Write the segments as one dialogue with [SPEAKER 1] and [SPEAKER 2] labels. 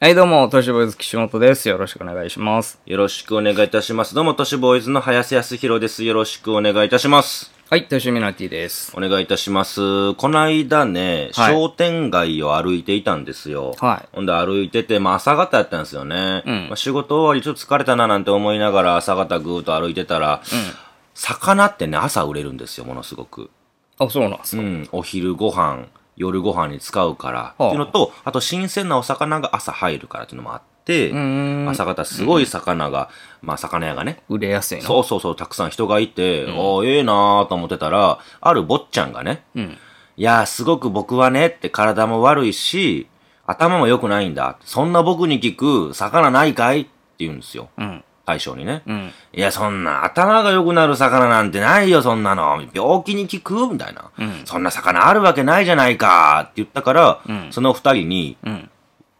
[SPEAKER 1] はい、どうも、トシボーイズ岸本です。よろしくお願いします。
[SPEAKER 2] よろしくお願いいたします。どうも、都市ボーイズの林康弘です。よろしくお願いいたします。
[SPEAKER 1] はい、トシミナティです。
[SPEAKER 2] お願いいたします。この間ね、
[SPEAKER 1] はい
[SPEAKER 2] 商店街を歩いていたんですよ。
[SPEAKER 1] はい
[SPEAKER 2] ほんで歩いてて、まあ朝方やったんですよね。
[SPEAKER 1] うん
[SPEAKER 2] まあ、仕事終わりちょっと疲れたななんて思いながら朝方ぐーっと歩いてたら、魚ってね、朝売れるんですよ、ものすごく。
[SPEAKER 1] あ、そうなんです
[SPEAKER 2] う
[SPEAKER 1] か。
[SPEAKER 2] ん、お昼ご飯、夜ご飯に使うから、っていうのと、あと新鮮なお魚が朝入るからっていうのもあって、
[SPEAKER 1] ん
[SPEAKER 2] 朝方すごい魚が、まあ魚屋がね、
[SPEAKER 1] 売れやすいの。
[SPEAKER 2] そうそうそう、たくさん人がいて、おーええなーと思ってたら、ある坊ちゃんがね、
[SPEAKER 1] ん
[SPEAKER 2] いやー、すごく僕はね、って体も悪いし、頭も良くないんだ。そんな僕に聞く、魚ないかいって言うんですよ。
[SPEAKER 1] うん。
[SPEAKER 2] 大将にね。
[SPEAKER 1] うん。
[SPEAKER 2] いや、そんな、頭が良くなる魚なんてないよ、そんなの。病気に効くみたいな、そんな魚あるわけないじゃないかって言ったから、その二人に、
[SPEAKER 1] うん。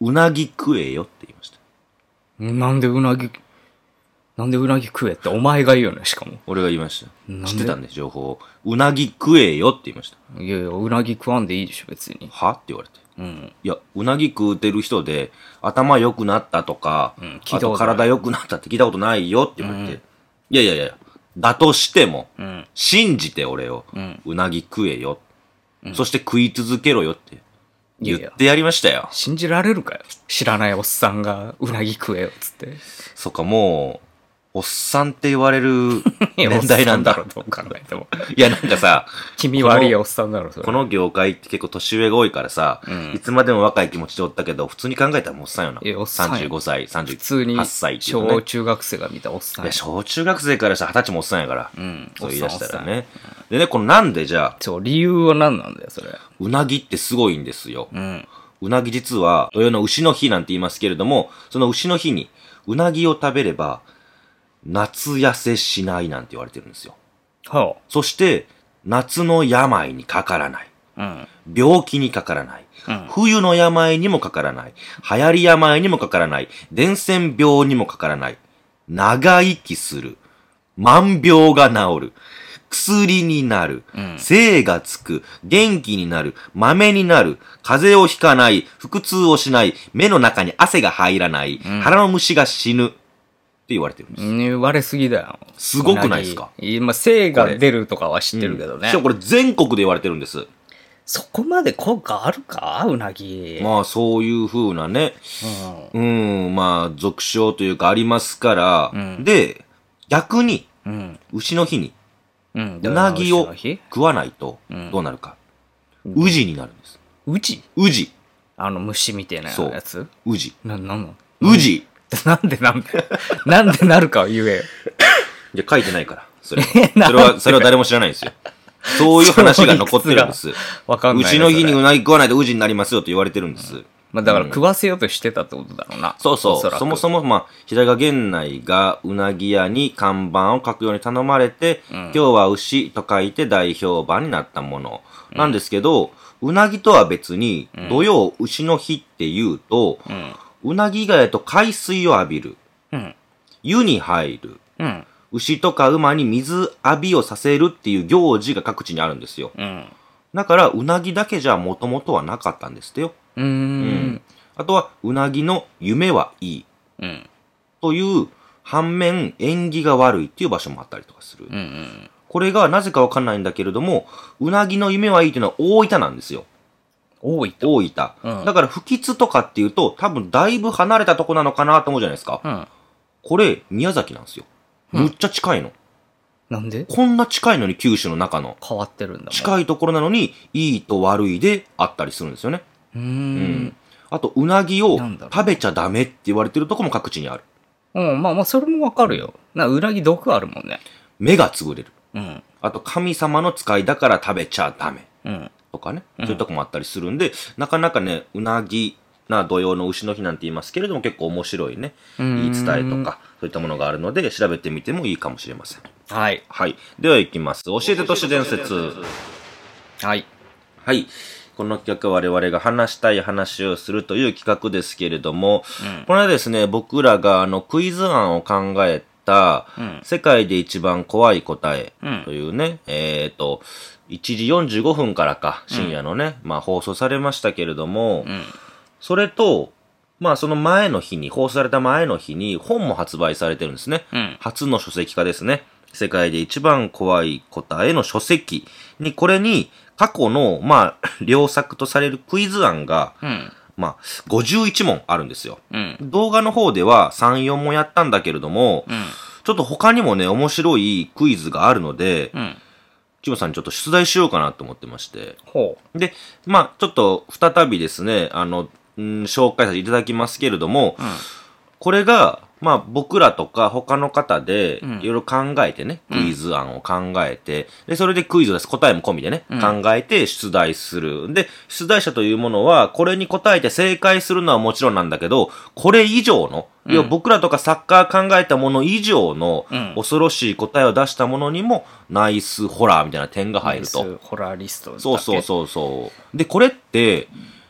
[SPEAKER 2] うなぎ食えよって言いました。
[SPEAKER 1] なんでうなぎ、なんでうなぎ食えってお前が言うよね、しかも。
[SPEAKER 2] 俺が言いまし
[SPEAKER 1] なん
[SPEAKER 2] た。
[SPEAKER 1] で
[SPEAKER 2] 知ってたんで、情報を。うなぎ食えよって言いました。
[SPEAKER 1] いやいや、うなぎ食わんでいいでしょ、別に。
[SPEAKER 2] はって言われて。
[SPEAKER 1] うん。
[SPEAKER 2] いや、うなぎ食うてる人で、頭良くなったとか、
[SPEAKER 1] ん聞いたこ
[SPEAKER 2] あ
[SPEAKER 1] と
[SPEAKER 2] と
[SPEAKER 1] ない
[SPEAKER 2] 体良くなったって聞いたことないよって言われて。いやいやいや、だとしても、
[SPEAKER 1] ん
[SPEAKER 2] 信じて俺を、うんなぎ食えよ、そして食い続けろよって
[SPEAKER 1] い
[SPEAKER 2] 言
[SPEAKER 1] やいや
[SPEAKER 2] ってやりましたよ。
[SPEAKER 1] 信じられるかよ。知らないおっさんがうなぎ食えよ、つって。
[SPEAKER 2] そっか、もう、おっさんって言われる
[SPEAKER 1] いや
[SPEAKER 2] 年代なんだ。
[SPEAKER 1] おっさんだろ、どう考えても。
[SPEAKER 2] いや、なんかさ、
[SPEAKER 1] 君悪いおっさんだろ、それ。
[SPEAKER 2] この業界って結構年上が多いからさ、いつまでも若い気持ちでおったけど、普通に考えたらもうおっさんよな。
[SPEAKER 1] いやおっさんよ
[SPEAKER 2] 35歳、38歳っていうね。
[SPEAKER 1] 普通に、小中学生が見たおっさ
[SPEAKER 2] い
[SPEAKER 1] んや
[SPEAKER 2] や、。小中学生からしたら二十歳もおっさんやから。
[SPEAKER 1] ん
[SPEAKER 2] そう言い出したら
[SPEAKER 1] お
[SPEAKER 2] ね。でね、このなんでじゃあ、
[SPEAKER 1] そう、理由は何なんだよ、それ。
[SPEAKER 2] うなぎってすごいんですよ。
[SPEAKER 1] うん。
[SPEAKER 2] うなぎ実は、土曜の牛の日なんて言いますけれども、その牛の日に、うなぎを食べれば、夏痩せしないなんて言われてるんですよ。
[SPEAKER 1] は
[SPEAKER 2] そして、夏の病にかからない。
[SPEAKER 1] あ。うん。
[SPEAKER 2] 病気にかからない。
[SPEAKER 1] うん
[SPEAKER 2] 冬の病にもかからない。流行り病にもかからない。伝染病にもかからない。長生きする。万病が治る。薬になる。精がつく。元気になる。豆になる。風邪をひかない。腹痛をしない。目の中に汗が入らない。腹の虫が死ぬ。って言われてるんです。
[SPEAKER 1] ね割れすぎだよ。
[SPEAKER 2] すごくないですか
[SPEAKER 1] うなぎ今、精が出るとかは知ってるけどね。
[SPEAKER 2] しかもこれ全国で言われてるんです。
[SPEAKER 1] そこまで効果あるかうなぎ。
[SPEAKER 2] まあそういう風なね、うん、まあ、俗称というかありますから、
[SPEAKER 1] うん
[SPEAKER 2] で、逆に、
[SPEAKER 1] うん。うん。
[SPEAKER 2] 牛の日に、
[SPEAKER 1] うん。
[SPEAKER 2] うなぎ
[SPEAKER 1] う
[SPEAKER 2] を
[SPEAKER 1] の日
[SPEAKER 2] 食わないと
[SPEAKER 1] ん、
[SPEAKER 2] どうなるか。宇治になるんです。
[SPEAKER 1] うち
[SPEAKER 2] 宇治。
[SPEAKER 1] あの、虫みたいな
[SPEAKER 2] そう
[SPEAKER 1] やつ
[SPEAKER 2] 宇治。
[SPEAKER 1] な、なんの
[SPEAKER 2] 宇治。
[SPEAKER 1] なんでなんで なんでなるかを言えよ。
[SPEAKER 2] いや、書いてないから。それは。
[SPEAKER 1] え なん
[SPEAKER 2] それは、それは誰も知らないんですよ。そういう話が残ってる んです。
[SPEAKER 1] わかんないな。
[SPEAKER 2] 牛の日に
[SPEAKER 1] そうれ
[SPEAKER 2] なぎ食わないと宇治になりますよと言われてるんです。
[SPEAKER 1] まあ、だから食わせようとしてたってことだろうな。
[SPEAKER 2] そうそう。
[SPEAKER 1] おら
[SPEAKER 2] そ
[SPEAKER 1] く
[SPEAKER 2] もそも、まあ、平賀源内がうなぎ屋に看板を書くように頼まれて、今日は牛と書いて代表版になったもの。なんですけど、うなぎとは別に、土曜牛の日っていうと、うなぎ以外だと海水を浴びる。
[SPEAKER 1] うん。
[SPEAKER 2] 湯に入る。
[SPEAKER 1] うん。
[SPEAKER 2] 牛とか馬に水浴びをさせるっていう行事が各地にあるんですよ。
[SPEAKER 1] うん。
[SPEAKER 2] だから、うなぎだけじゃもともとはなかったんですってよ。
[SPEAKER 1] うーん。
[SPEAKER 2] あとは、うなぎの夢はいい。
[SPEAKER 1] うん。
[SPEAKER 2] という反面縁起が悪いっていう場所もあったりとかする。
[SPEAKER 1] うん。うん。
[SPEAKER 2] これがなぜかわかんないんだけれども、うなぎの夢はいいっていうのは大分なんですよ。
[SPEAKER 1] 多いと。
[SPEAKER 2] 大分。
[SPEAKER 1] うん
[SPEAKER 2] だから不吉とかっていうと、多分だいぶ離れたとこなのかなと思うじゃないですか。
[SPEAKER 1] うん。
[SPEAKER 2] これ、宮崎なんですよ。むっちゃ近いの。
[SPEAKER 1] なんで
[SPEAKER 2] こんな近いのに九州の中の。
[SPEAKER 1] 変わってるんだもん。
[SPEAKER 2] 近いところなのに、いいと悪いであったりするんですよね。
[SPEAKER 1] うー。
[SPEAKER 2] うんあと、うなぎを
[SPEAKER 1] なんだろう
[SPEAKER 2] 食べちゃダメって言われてるとこも各地にある。
[SPEAKER 1] うん、まあまあ、それもわかるよ。な、うなぎ毒あるもんね。
[SPEAKER 2] 目が潰れる。
[SPEAKER 1] うん。
[SPEAKER 2] あと、神様の使いだから食べちゃダメ。
[SPEAKER 1] うん。
[SPEAKER 2] とかね、そういうとこもあったりするんで、なかなかね、うなぎな土曜の牛の日なんて言いますけれども、結構面白いね、
[SPEAKER 1] ん
[SPEAKER 2] 言い伝えとか、そういったものがあるので、調べてみてもいいかもしれません。
[SPEAKER 1] はい。
[SPEAKER 2] はい。では行きます。教えて都市伝説。
[SPEAKER 1] はい。
[SPEAKER 2] はい。この企画は我々が話したい話をするという企画ですけれども、これはですね、僕らがあのクイズ案を考えた、
[SPEAKER 1] うん
[SPEAKER 2] 世界で一番怖い答え
[SPEAKER 1] うん
[SPEAKER 2] というね、えっ、と、1時45分からか、深夜のね、まあ放送されましたけれども、
[SPEAKER 1] ん
[SPEAKER 2] それと、まあその前の日に、放送された前の日に本も発売されてるんですね。
[SPEAKER 1] うん
[SPEAKER 2] 初の書籍化ですね。世界で一番怖い答えの書籍に、これに過去の、まあ、 良作とされるクイズ案が、
[SPEAKER 1] うん。
[SPEAKER 2] まあ、51問あるんですよ。
[SPEAKER 1] うん。
[SPEAKER 2] 動画の方では3、4問やったんだけれども、
[SPEAKER 1] うん。
[SPEAKER 2] ちょっと他にもね、面白いクイズがあるので、
[SPEAKER 1] うん。
[SPEAKER 2] チムさんにちょっと出題しようかなと思ってまして。
[SPEAKER 1] ほ
[SPEAKER 2] で、まあ、ちょっと再びですね、あの、うん紹介させていただきますけれども、
[SPEAKER 1] う。うん。
[SPEAKER 2] これが、まあ僕らとか他の方で、い
[SPEAKER 1] うん
[SPEAKER 2] ろいろ考えてね、クイズ案を考えて、で、それでクイズです。答えも込みでね、
[SPEAKER 1] うん
[SPEAKER 2] 考えて出題する。で、出題者というものは、これに答えて正解するのはもちろんなんだけど、これ以上の、
[SPEAKER 1] うん
[SPEAKER 2] 要は僕らとかサッカー考えたもの以上の
[SPEAKER 1] うん、
[SPEAKER 2] 恐ろしい答えを出したものにも、ナイスホラーみたいな点が入ると。。
[SPEAKER 1] ホラーリストだっけ。
[SPEAKER 2] そうそうそうそう。で、これって、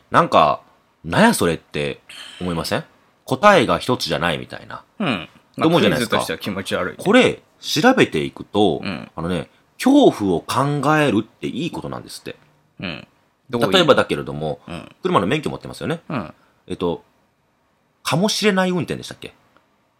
[SPEAKER 2] なんか、なんやそれって思いません答えが一つじゃないみたいな。
[SPEAKER 1] う。うん。
[SPEAKER 2] と思うじゃないですか
[SPEAKER 1] まあクイズとしては気持ち悪い。
[SPEAKER 2] これ、調べていくと、
[SPEAKER 1] うん
[SPEAKER 2] あのね、恐怖を考えるっていいことなんですって。
[SPEAKER 1] うん。どういう
[SPEAKER 2] 例えば。だけれども、
[SPEAKER 1] うん。
[SPEAKER 2] 車の免許持ってますよね。
[SPEAKER 1] うん。
[SPEAKER 2] えっと、かもしれない運転でしたっけ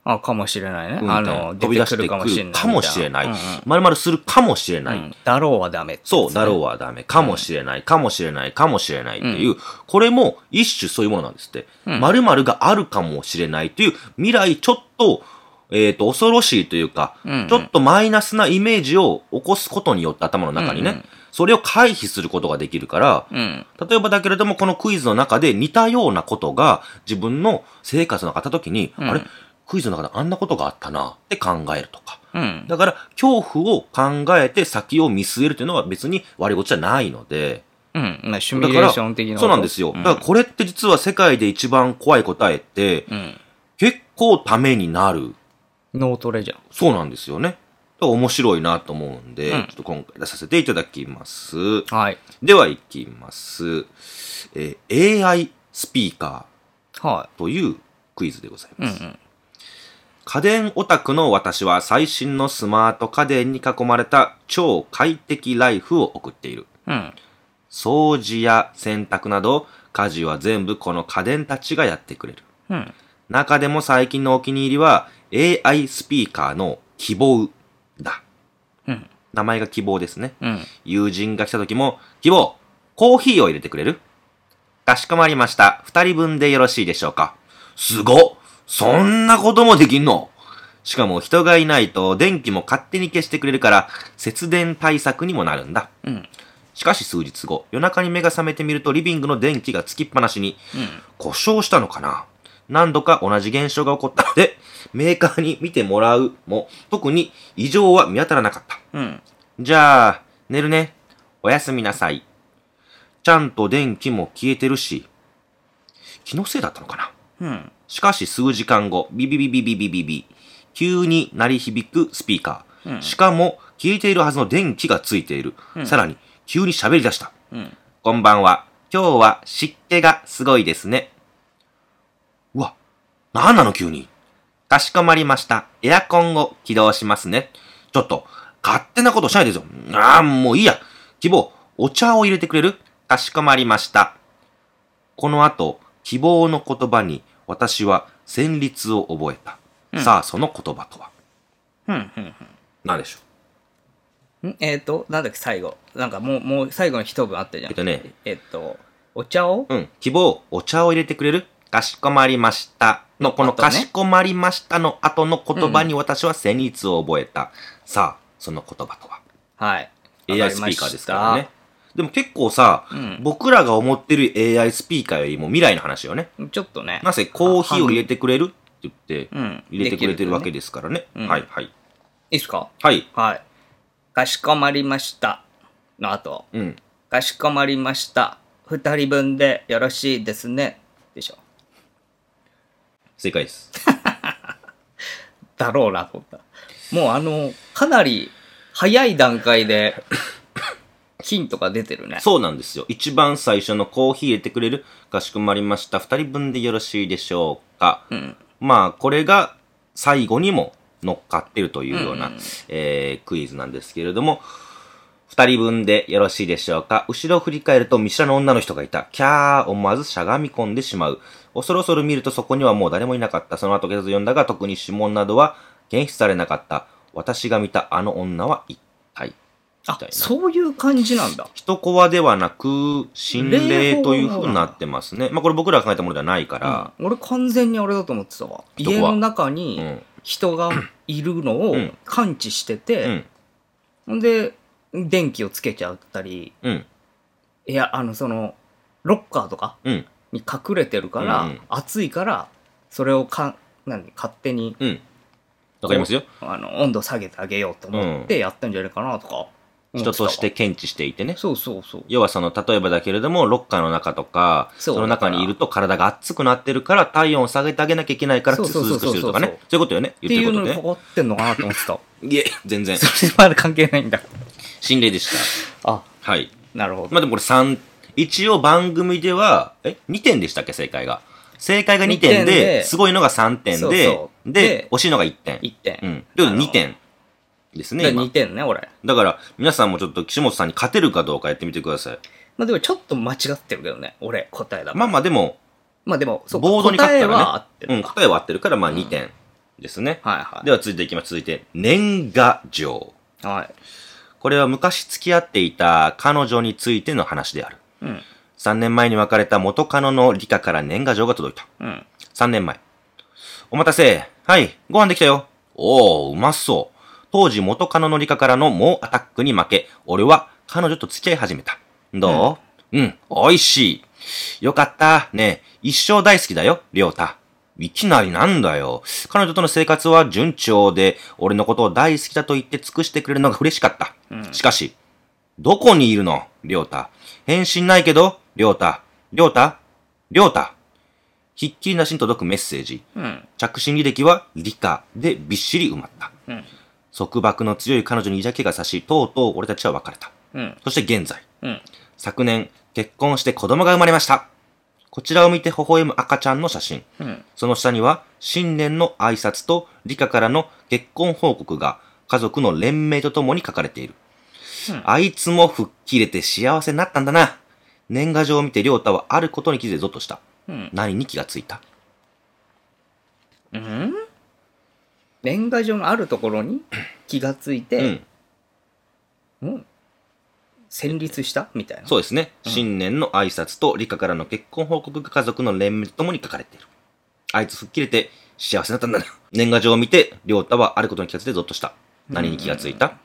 [SPEAKER 1] あ、かもしれないね。
[SPEAKER 2] 運
[SPEAKER 1] あ
[SPEAKER 2] 転
[SPEAKER 1] の、
[SPEAKER 2] 飛び出してくる
[SPEAKER 1] 出
[SPEAKER 2] か
[SPEAKER 1] く
[SPEAKER 2] も
[SPEAKER 1] る
[SPEAKER 2] しれない。かもしれない
[SPEAKER 1] うんうん。
[SPEAKER 2] まるまるするかもしれない。
[SPEAKER 1] うんだろうはダメ。
[SPEAKER 2] そう、だろう
[SPEAKER 1] は。
[SPEAKER 2] はダメ。かもしれない、かもしれない、かもしれないっていう、これも一種そういうものなんですって。
[SPEAKER 1] うん
[SPEAKER 2] 〇〇があるかもしれないっていう、未来ちょっと、えっ、と、恐ろしいというか、
[SPEAKER 1] うんうん
[SPEAKER 2] ちょっとマイナスなイメージを起こすことによって頭の中にね、
[SPEAKER 1] うんうん
[SPEAKER 2] それを回避することができるから、
[SPEAKER 1] うん。
[SPEAKER 2] 例えばだけれども、このクイズの中で似たようなことが自分の生活の中あった時に、
[SPEAKER 1] うん
[SPEAKER 2] あれクイズの中であんなことがあったなって考えるとか。
[SPEAKER 1] うん。
[SPEAKER 2] だから、恐怖を考えて先を見据えるというのは別に悪いことじゃないので、
[SPEAKER 1] うん。まあ、シ
[SPEAKER 2] だ
[SPEAKER 1] ミュ
[SPEAKER 2] か
[SPEAKER 1] レー
[SPEAKER 2] ら、
[SPEAKER 1] ション的なこと。
[SPEAKER 2] そうなんですよ。だから、これって実は世界で一番怖い答えって、
[SPEAKER 1] うん。
[SPEAKER 2] 結構ためになる。
[SPEAKER 1] 脳トレじゃん。
[SPEAKER 2] そうなんですよね。だから面白いなと思うんで、
[SPEAKER 1] うん
[SPEAKER 2] ちょっと今回出させていただきます。
[SPEAKER 1] はい。
[SPEAKER 2] では、いきます。えー AI スピーカ
[SPEAKER 1] は
[SPEAKER 2] ーというクイズでござい
[SPEAKER 1] い。う
[SPEAKER 2] ま
[SPEAKER 1] ん
[SPEAKER 2] す。
[SPEAKER 1] うん。
[SPEAKER 2] 家電オタクの私は最新のスマート家電に囲まれた超快適ライフを送っている。
[SPEAKER 1] うん。
[SPEAKER 2] 掃除や洗濯など家事は全部この家電たちがやってくれる。
[SPEAKER 1] うん。
[SPEAKER 2] 中でも最近のお気に入りは AI スピーカーの希望だ。
[SPEAKER 1] うん。
[SPEAKER 2] 名前が希望ですね。
[SPEAKER 1] うん。
[SPEAKER 2] 友人が来た時も、希望、コーヒーを入れてくれるかしこまりました。二人分でよろしいでしょうかすごっそんなこともできんのしかも人がいないと電気も勝手に消してくれるから節電対策にもなるんだ。
[SPEAKER 1] うん。
[SPEAKER 2] しかし数日後、夜中に目が覚めてみるとリビングの電気がつきっぱなしに、
[SPEAKER 1] うん。
[SPEAKER 2] 故障したのかな何度か同じ現象が起こったので、メーカーに見てもらうも、特に異常は見当たらなかった。
[SPEAKER 1] うん。
[SPEAKER 2] じゃあ、寝るね。おやすみなさい。ちゃんと電気も消えてるし、気のせいだったのかな
[SPEAKER 1] うん。
[SPEAKER 2] しかし数時間後、ビビビビビビビビ、急に鳴り響くスピーカー。
[SPEAKER 1] うん
[SPEAKER 2] しかも、消えているはずの電気がついている。
[SPEAKER 1] うん
[SPEAKER 2] さらに、急に喋り出した。
[SPEAKER 1] うん。
[SPEAKER 2] こんばんは。今日は湿気がすごいですね。うわ、なんなの急に。かしこまりました。エアコンを起動しますね。ちょっと、勝手なことしないでぞ。ああ、もういいや。希望、お茶を入れてくれるかしこまりました。この後、希望の言葉に私は旋律を覚えた。
[SPEAKER 1] うん
[SPEAKER 2] さあ、その言葉とは
[SPEAKER 1] うん。うん。
[SPEAKER 2] 何でしょう
[SPEAKER 1] うんえっ、ー、と、なんだっけ、最後。なんかもう、もう最後の一文あったじゃん。
[SPEAKER 2] えっとね。
[SPEAKER 1] えっ、と、お茶を、
[SPEAKER 2] うん。希望、お茶を入れてくれるかしこまりました。の、この
[SPEAKER 1] あとね
[SPEAKER 2] かしこまりましたの後の言葉に私は旋律を覚えた。さあ、その言葉とは。
[SPEAKER 1] はい。
[SPEAKER 2] AI スピーカーですからね。でも結構さ、
[SPEAKER 1] うん
[SPEAKER 2] 僕らが思ってる AI スピーカーよりも未来の話よ
[SPEAKER 1] わ
[SPEAKER 2] ね。
[SPEAKER 1] かりました。ちょっとね。
[SPEAKER 2] なぜコーヒーを入れてくれるって言って、
[SPEAKER 1] うん。
[SPEAKER 2] 入れてくれてるわけ
[SPEAKER 1] できとね。
[SPEAKER 2] ですからね。
[SPEAKER 1] うん
[SPEAKER 2] はいはい。
[SPEAKER 1] いいっすか
[SPEAKER 2] はい。
[SPEAKER 1] はい。かしこまりました。の後。
[SPEAKER 2] うん。
[SPEAKER 1] かしこまりました。二人分でよろしいですね。でしょ。
[SPEAKER 2] 正解です。
[SPEAKER 1] だろうなと思った。もうあの、かなり早い段階 で、金とか出てるね。
[SPEAKER 2] そうなんですよ。一番最初のコーヒー入れてくれるかしこまりました。二人分でよろしいでしょうか。
[SPEAKER 1] うん。
[SPEAKER 2] まあ、これが最後にも乗っかってるというような、
[SPEAKER 1] うんうん
[SPEAKER 2] えークイズなんですけれども、二人分でよろしいでしょうか後ろを振り返ると見知らぬ女の人がいた。キャー思わずしゃがみ込んでしまう。そろそろ見るとそこにはもう誰もいなかった。その後警察を呼んだが、特に指紋などは検出されなかった。私が見たあの女は一体。
[SPEAKER 1] あ
[SPEAKER 2] たいな
[SPEAKER 1] そういう感じなんだ
[SPEAKER 2] 人コアではなく、心霊というふうになってますね。まあこれ僕らが考えたものではないから。
[SPEAKER 1] うん俺完全にあれだと思ってたわ
[SPEAKER 2] 人は
[SPEAKER 1] 家の中
[SPEAKER 2] う
[SPEAKER 1] に
[SPEAKER 2] ん。
[SPEAKER 1] 人がいるのを
[SPEAKER 2] うん
[SPEAKER 1] 感知して
[SPEAKER 2] う
[SPEAKER 1] て、
[SPEAKER 2] ん。
[SPEAKER 1] ほんで電気をつけちゃったり
[SPEAKER 2] うん。
[SPEAKER 1] いやあのそのロッカーとか
[SPEAKER 2] うん。
[SPEAKER 1] に隠れてるから、
[SPEAKER 2] うんうん
[SPEAKER 1] 暑いからそれをか何勝手に
[SPEAKER 2] うん。わかりますよ。
[SPEAKER 1] あの温度下げてあげようと思ってやったんじゃないかなとか思ってた
[SPEAKER 2] 人
[SPEAKER 1] わ
[SPEAKER 2] として検知していてね。
[SPEAKER 1] そうそうそう
[SPEAKER 2] 要はその、例えばだけれども、ロッカーの中とか、
[SPEAKER 1] そ
[SPEAKER 2] そうの中にいると体が熱くなってるから、体温を下げてあげなきゃいけないから、
[SPEAKER 1] そう
[SPEAKER 2] 涼
[SPEAKER 1] そうそう
[SPEAKER 2] しくしてるとかね
[SPEAKER 1] そう。
[SPEAKER 2] そういうことよね。
[SPEAKER 1] って
[SPEAKER 2] 言っ
[SPEAKER 1] いう
[SPEAKER 2] てるこ
[SPEAKER 1] の
[SPEAKER 2] と
[SPEAKER 1] にか
[SPEAKER 2] ね。
[SPEAKER 1] かってんのかなと思ってた
[SPEAKER 2] いえ、全然。
[SPEAKER 1] それまだ関係ないんだ
[SPEAKER 2] 心霊でし
[SPEAKER 1] あ
[SPEAKER 2] た。はい。
[SPEAKER 1] なるほど、
[SPEAKER 2] まあでもこれ3、一応番組では、え ?2 点でしたっけ正解が。正解が2
[SPEAKER 1] 二点
[SPEAKER 2] 点
[SPEAKER 1] で
[SPEAKER 2] で、すごいのが3点
[SPEAKER 1] そう
[SPEAKER 2] で
[SPEAKER 1] そ、う
[SPEAKER 2] で
[SPEAKER 1] で、
[SPEAKER 2] 惜しいのが1点。
[SPEAKER 1] 1点、
[SPEAKER 2] うん。ということで
[SPEAKER 1] あの
[SPEAKER 2] 2点ですね、
[SPEAKER 1] で2
[SPEAKER 2] 今。
[SPEAKER 1] 点ね俺
[SPEAKER 2] だから、皆さんもちょっと岸本さんに勝てるかどうかやってみてください。
[SPEAKER 1] まあでもちょっと間違ってるけどね俺答えだもん
[SPEAKER 2] まあまあでも、
[SPEAKER 1] まあでもそうか
[SPEAKER 2] ボードに書く
[SPEAKER 1] 答え
[SPEAKER 2] からね
[SPEAKER 1] は合って
[SPEAKER 2] う
[SPEAKER 1] る
[SPEAKER 2] ん、
[SPEAKER 1] か、
[SPEAKER 2] 答えは合ってるから、まあ2点ですね。
[SPEAKER 1] はいはい
[SPEAKER 2] では続いていきます。続いて、年賀状。
[SPEAKER 1] はい
[SPEAKER 2] これは昔付き合っていた彼女についての話である。
[SPEAKER 1] うん
[SPEAKER 2] 3年前に別れた元カノの理科から年賀状が届いた。
[SPEAKER 1] うん
[SPEAKER 2] 3年前。お待たせ。はい、ご飯できたよ。おー、うまそう。当時元カノの理科からの猛アタックに負け、俺は彼女と付き合い始めた。どう、うん、美味しい。よかった。ねえ、一生大好きだよ、りょうた。いきなりなんだよ。彼女との生活は順調で、俺のことを大好きだと言って尽くしてくれるのが嬉しかった。
[SPEAKER 1] うん
[SPEAKER 2] しかし、どこにいるのりょうた。返信ないけど、りょうた。りょうたりょうた。ひっきりなしに届くメッセージ。
[SPEAKER 1] うん
[SPEAKER 2] 着信履歴は理科でびっしり埋まった。
[SPEAKER 1] うん
[SPEAKER 2] 束縛の強い彼女に嫌気がさし、とうとう俺たちは別れた。
[SPEAKER 1] うん
[SPEAKER 2] そして現在。
[SPEAKER 1] うん
[SPEAKER 2] 昨年、結婚して子供が生まれました。こちらを見て微笑む赤ちゃんの写真。
[SPEAKER 1] うん
[SPEAKER 2] その下には、新年の挨拶と理科からの結婚報告が、家族の連名とともに書かれている。
[SPEAKER 1] うん
[SPEAKER 2] あいつも吹っ切れて幸せになったんだな。年賀状を見て良太はあることに気づいてゾッとした。
[SPEAKER 1] うん
[SPEAKER 2] 何に気がついた
[SPEAKER 1] うん年賀状のあるところ に気がついうて、
[SPEAKER 2] ん。
[SPEAKER 1] うん、戦慄したみたいな
[SPEAKER 2] そうですね。
[SPEAKER 1] うん
[SPEAKER 2] 新年の挨拶と理科からの結婚報告が家族の連名とともに書かれている。あいつ吹っ切れて幸せになっ たんだな。年賀状を見て良太はあることに気がついてゾッとした。何に気がついた、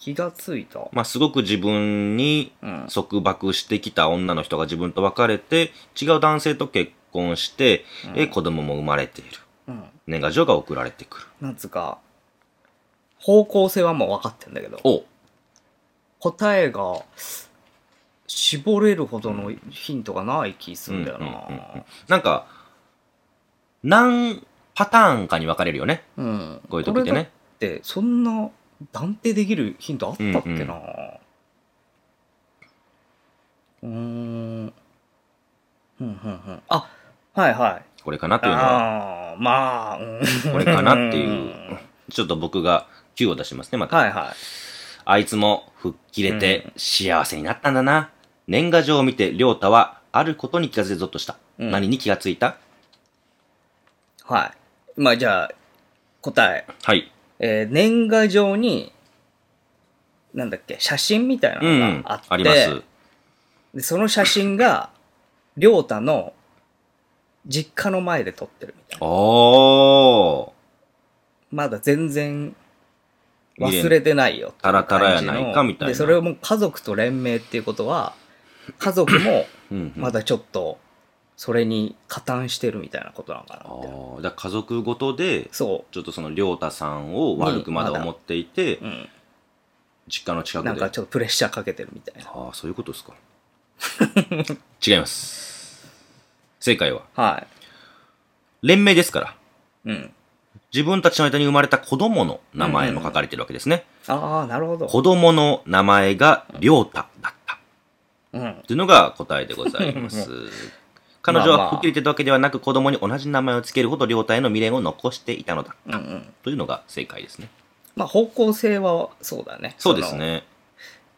[SPEAKER 1] 気がついた、
[SPEAKER 2] まあ、すごく自分に
[SPEAKER 1] うん、
[SPEAKER 2] 束縛してきた女の人が自分と別れて、違う男性と結婚して、
[SPEAKER 1] うん
[SPEAKER 2] え子供も生まれている。
[SPEAKER 1] うん、
[SPEAKER 2] 年賀状が送られてくる。
[SPEAKER 1] なんつうか方向性はもう分かってんだけど
[SPEAKER 2] お
[SPEAKER 1] 答えが絞れるほどのヒントがない気するんだよな
[SPEAKER 2] なんか、何パターンかに分かれるよね。
[SPEAKER 1] うん
[SPEAKER 2] こういう時って
[SPEAKER 1] これだ
[SPEAKER 2] ね
[SPEAKER 1] っ。てそんな断定できるヒントあったっけなうーんふんふんふんあはいはい
[SPEAKER 2] これかなというのは、
[SPEAKER 1] ああーまあ、うん
[SPEAKER 2] これかなっていうんちょっと僕が9を出しますね、また。
[SPEAKER 1] はいは
[SPEAKER 2] あいつも吹っ切れて幸せになったんだな。年賀状を見て、りょうたはあることに気がついてゾッとした。
[SPEAKER 1] うん
[SPEAKER 2] 何に気がついた
[SPEAKER 1] いはいまあじゃあ答え
[SPEAKER 2] はい。
[SPEAKER 1] えー年賀状に、なんだっけ、写真みたいな
[SPEAKER 2] うん、う
[SPEAKER 1] の
[SPEAKER 2] ん。
[SPEAKER 1] があって、
[SPEAKER 2] あります。
[SPEAKER 1] でその写真が、りょうたの実家の前で撮ってるみたいな。
[SPEAKER 2] おー。
[SPEAKER 1] まだ全然忘れてないよっていう感じの。
[SPEAKER 2] タラタラやないかみたいな
[SPEAKER 1] で、それをもう家族と連名っていうことは、家族も
[SPEAKER 2] うん、うん。
[SPEAKER 1] まだちょっと、それに加担してるみたいなことなのか
[SPEAKER 2] あ
[SPEAKER 1] なみたいな。
[SPEAKER 2] ー。じゃあ家族ごとで、
[SPEAKER 1] そ
[SPEAKER 2] ちょっとそのりょうたさんを悪くまだ
[SPEAKER 1] にまだ
[SPEAKER 2] 思っていて
[SPEAKER 1] う。、うん。
[SPEAKER 2] 実家の近くで。
[SPEAKER 1] なんかちょっとプレッシャーかけてるみたいな。
[SPEAKER 2] ああ、そういうことですか。 違います。正解は、
[SPEAKER 1] は
[SPEAKER 2] 連名ですから、
[SPEAKER 1] い。うん。
[SPEAKER 2] 自分たちの間に生まれた子供の名前も書かれてるわけですね。
[SPEAKER 1] ああ、なるほど。
[SPEAKER 2] 子供の名前が、りょうただった。
[SPEAKER 1] うん。
[SPEAKER 2] というのが答えでござい ます。彼女
[SPEAKER 1] まあ
[SPEAKER 2] は
[SPEAKER 1] まあ
[SPEAKER 2] 吹っ切れてたわけではなく、子供に同じ名前を付けるほど、りょうたへの未練を残していたのだ。
[SPEAKER 1] うんうん。
[SPEAKER 2] というのが正解ですね。
[SPEAKER 1] まあ、方向性はそうだね。
[SPEAKER 2] そうです
[SPEAKER 1] の。
[SPEAKER 2] ね。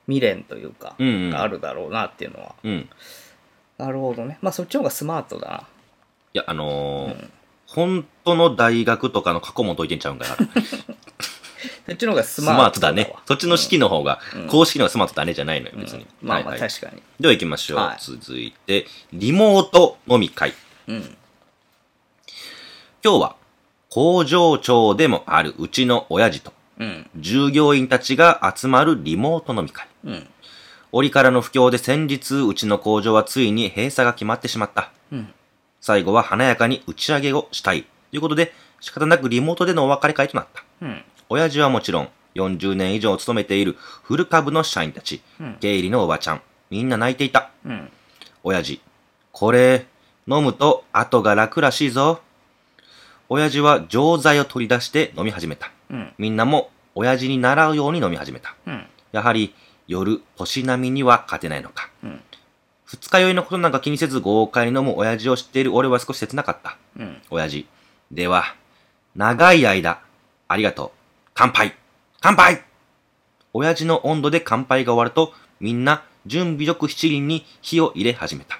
[SPEAKER 1] 未練というか、
[SPEAKER 2] うんうん
[SPEAKER 1] があるだろうなっていうのは。
[SPEAKER 2] うん。
[SPEAKER 1] なるほどね。まあ、そっちの方がスマートだ
[SPEAKER 2] いや、あのー本当の大学とかの過去問解いてんちゃうんかな。
[SPEAKER 1] そっちの方が ス
[SPEAKER 2] ス
[SPEAKER 1] マート
[SPEAKER 2] マートだね。そっちの式の方が、
[SPEAKER 1] うん
[SPEAKER 2] 公式の方がスマートだねじゃないのよ、
[SPEAKER 1] うん
[SPEAKER 2] 別に。
[SPEAKER 1] まあまあ
[SPEAKER 2] はいはい
[SPEAKER 1] 確かに。
[SPEAKER 2] では行きましょう。
[SPEAKER 1] はい
[SPEAKER 2] 続いて、リモート飲み会。
[SPEAKER 1] うん。
[SPEAKER 2] 今日は、工場長でもあるうちの親父と、
[SPEAKER 1] うん。
[SPEAKER 2] 従業員たちが集まるリモート飲み会。
[SPEAKER 1] うん。
[SPEAKER 2] 折からの不況で先日、うちの工場はついに閉鎖が決まってしまった。
[SPEAKER 1] うん。
[SPEAKER 2] 最後は華やかに打ち上げをしたい。ということで、仕方なくリモートでのお別れ会となった。
[SPEAKER 1] うん。
[SPEAKER 2] 親父はもちろん、40年以上勤めているフル株の社員たち、
[SPEAKER 1] うん
[SPEAKER 2] 経理のおばちゃん、みんな泣いていた。
[SPEAKER 1] うん。
[SPEAKER 2] 親父、これ、飲むと後が楽らしいぞ。親父は錠剤を取り出して飲み始めた。
[SPEAKER 1] うん。
[SPEAKER 2] みんなも親父に習うように飲み始めた。
[SPEAKER 1] うん。
[SPEAKER 2] やはり、夜、年並みには勝てないのか。
[SPEAKER 1] うん。
[SPEAKER 2] 二日酔いのことなんか気にせず豪快に飲む親父を知っている俺は少し切なかった。
[SPEAKER 1] うん。
[SPEAKER 2] 親父。では、長い間、ありがとう。乾杯乾杯親父の温度で乾杯が終わると、みんな準備よく七輪に火を入れ始めた。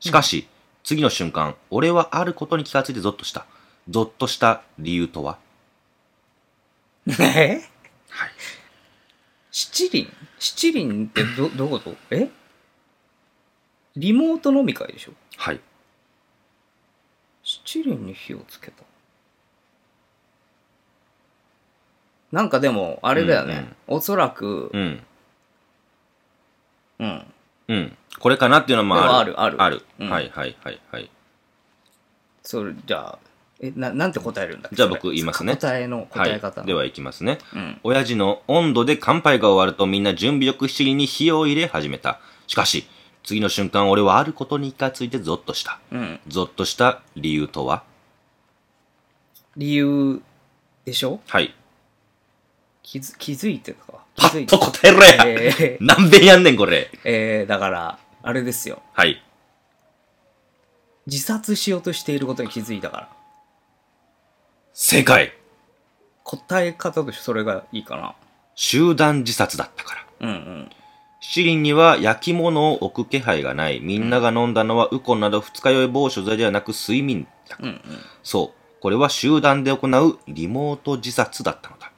[SPEAKER 2] しかし、次の瞬間、俺はあることに気がついてゾッとした。ゾッとした理由とは
[SPEAKER 1] え
[SPEAKER 2] はい。
[SPEAKER 1] 七輪七輪ってど、どういうことえリモート飲み会でしょ
[SPEAKER 2] はい。
[SPEAKER 1] 七輪に火をつけた。なんかでも、あれだよね。おそらく
[SPEAKER 2] う、ん。
[SPEAKER 1] うん。
[SPEAKER 2] うん。これかなっていうのもあ
[SPEAKER 1] で
[SPEAKER 2] る。
[SPEAKER 1] もあるあるうん
[SPEAKER 2] はいはいはいはい。
[SPEAKER 1] それ、じゃあ、え、な、なんて答えるんだっけ
[SPEAKER 2] じゃあ
[SPEAKER 1] それ
[SPEAKER 2] 僕言いますね
[SPEAKER 1] 答えの、
[SPEAKER 2] は
[SPEAKER 1] 答え
[SPEAKER 2] い
[SPEAKER 1] 方。。
[SPEAKER 2] では、いきますね。
[SPEAKER 1] うん。
[SPEAKER 2] 親父の温度で乾杯が終わるとみんな準備よく七輪に火を入れ始めた。しかし、次の瞬間俺はあることに気がついてゾッとした。
[SPEAKER 1] うん。
[SPEAKER 2] ゾッとした理由とは
[SPEAKER 1] 理由でしょ
[SPEAKER 2] はい。
[SPEAKER 1] 気づ、気づいてたか。気
[SPEAKER 2] パ
[SPEAKER 1] づ
[SPEAKER 2] ッ
[SPEAKER 1] いて
[SPEAKER 2] と答えろや、
[SPEAKER 1] えー
[SPEAKER 2] 何遍やんねんこれ。
[SPEAKER 1] えー、だから、あれですよ。
[SPEAKER 2] はい。
[SPEAKER 1] 自殺しようとしていることに気づいたから。
[SPEAKER 2] 正解。
[SPEAKER 1] 答え方としてそれがいいかな。
[SPEAKER 2] 集団自殺だったから。
[SPEAKER 1] うんうん。
[SPEAKER 2] 七輪には焼き物を置く気配がない。みんなが飲んだのはウコンなど二日酔い防止剤ではなく睡眠薬。
[SPEAKER 1] うんうん。
[SPEAKER 2] そう。これは集団で行うリモート自殺だったのだ。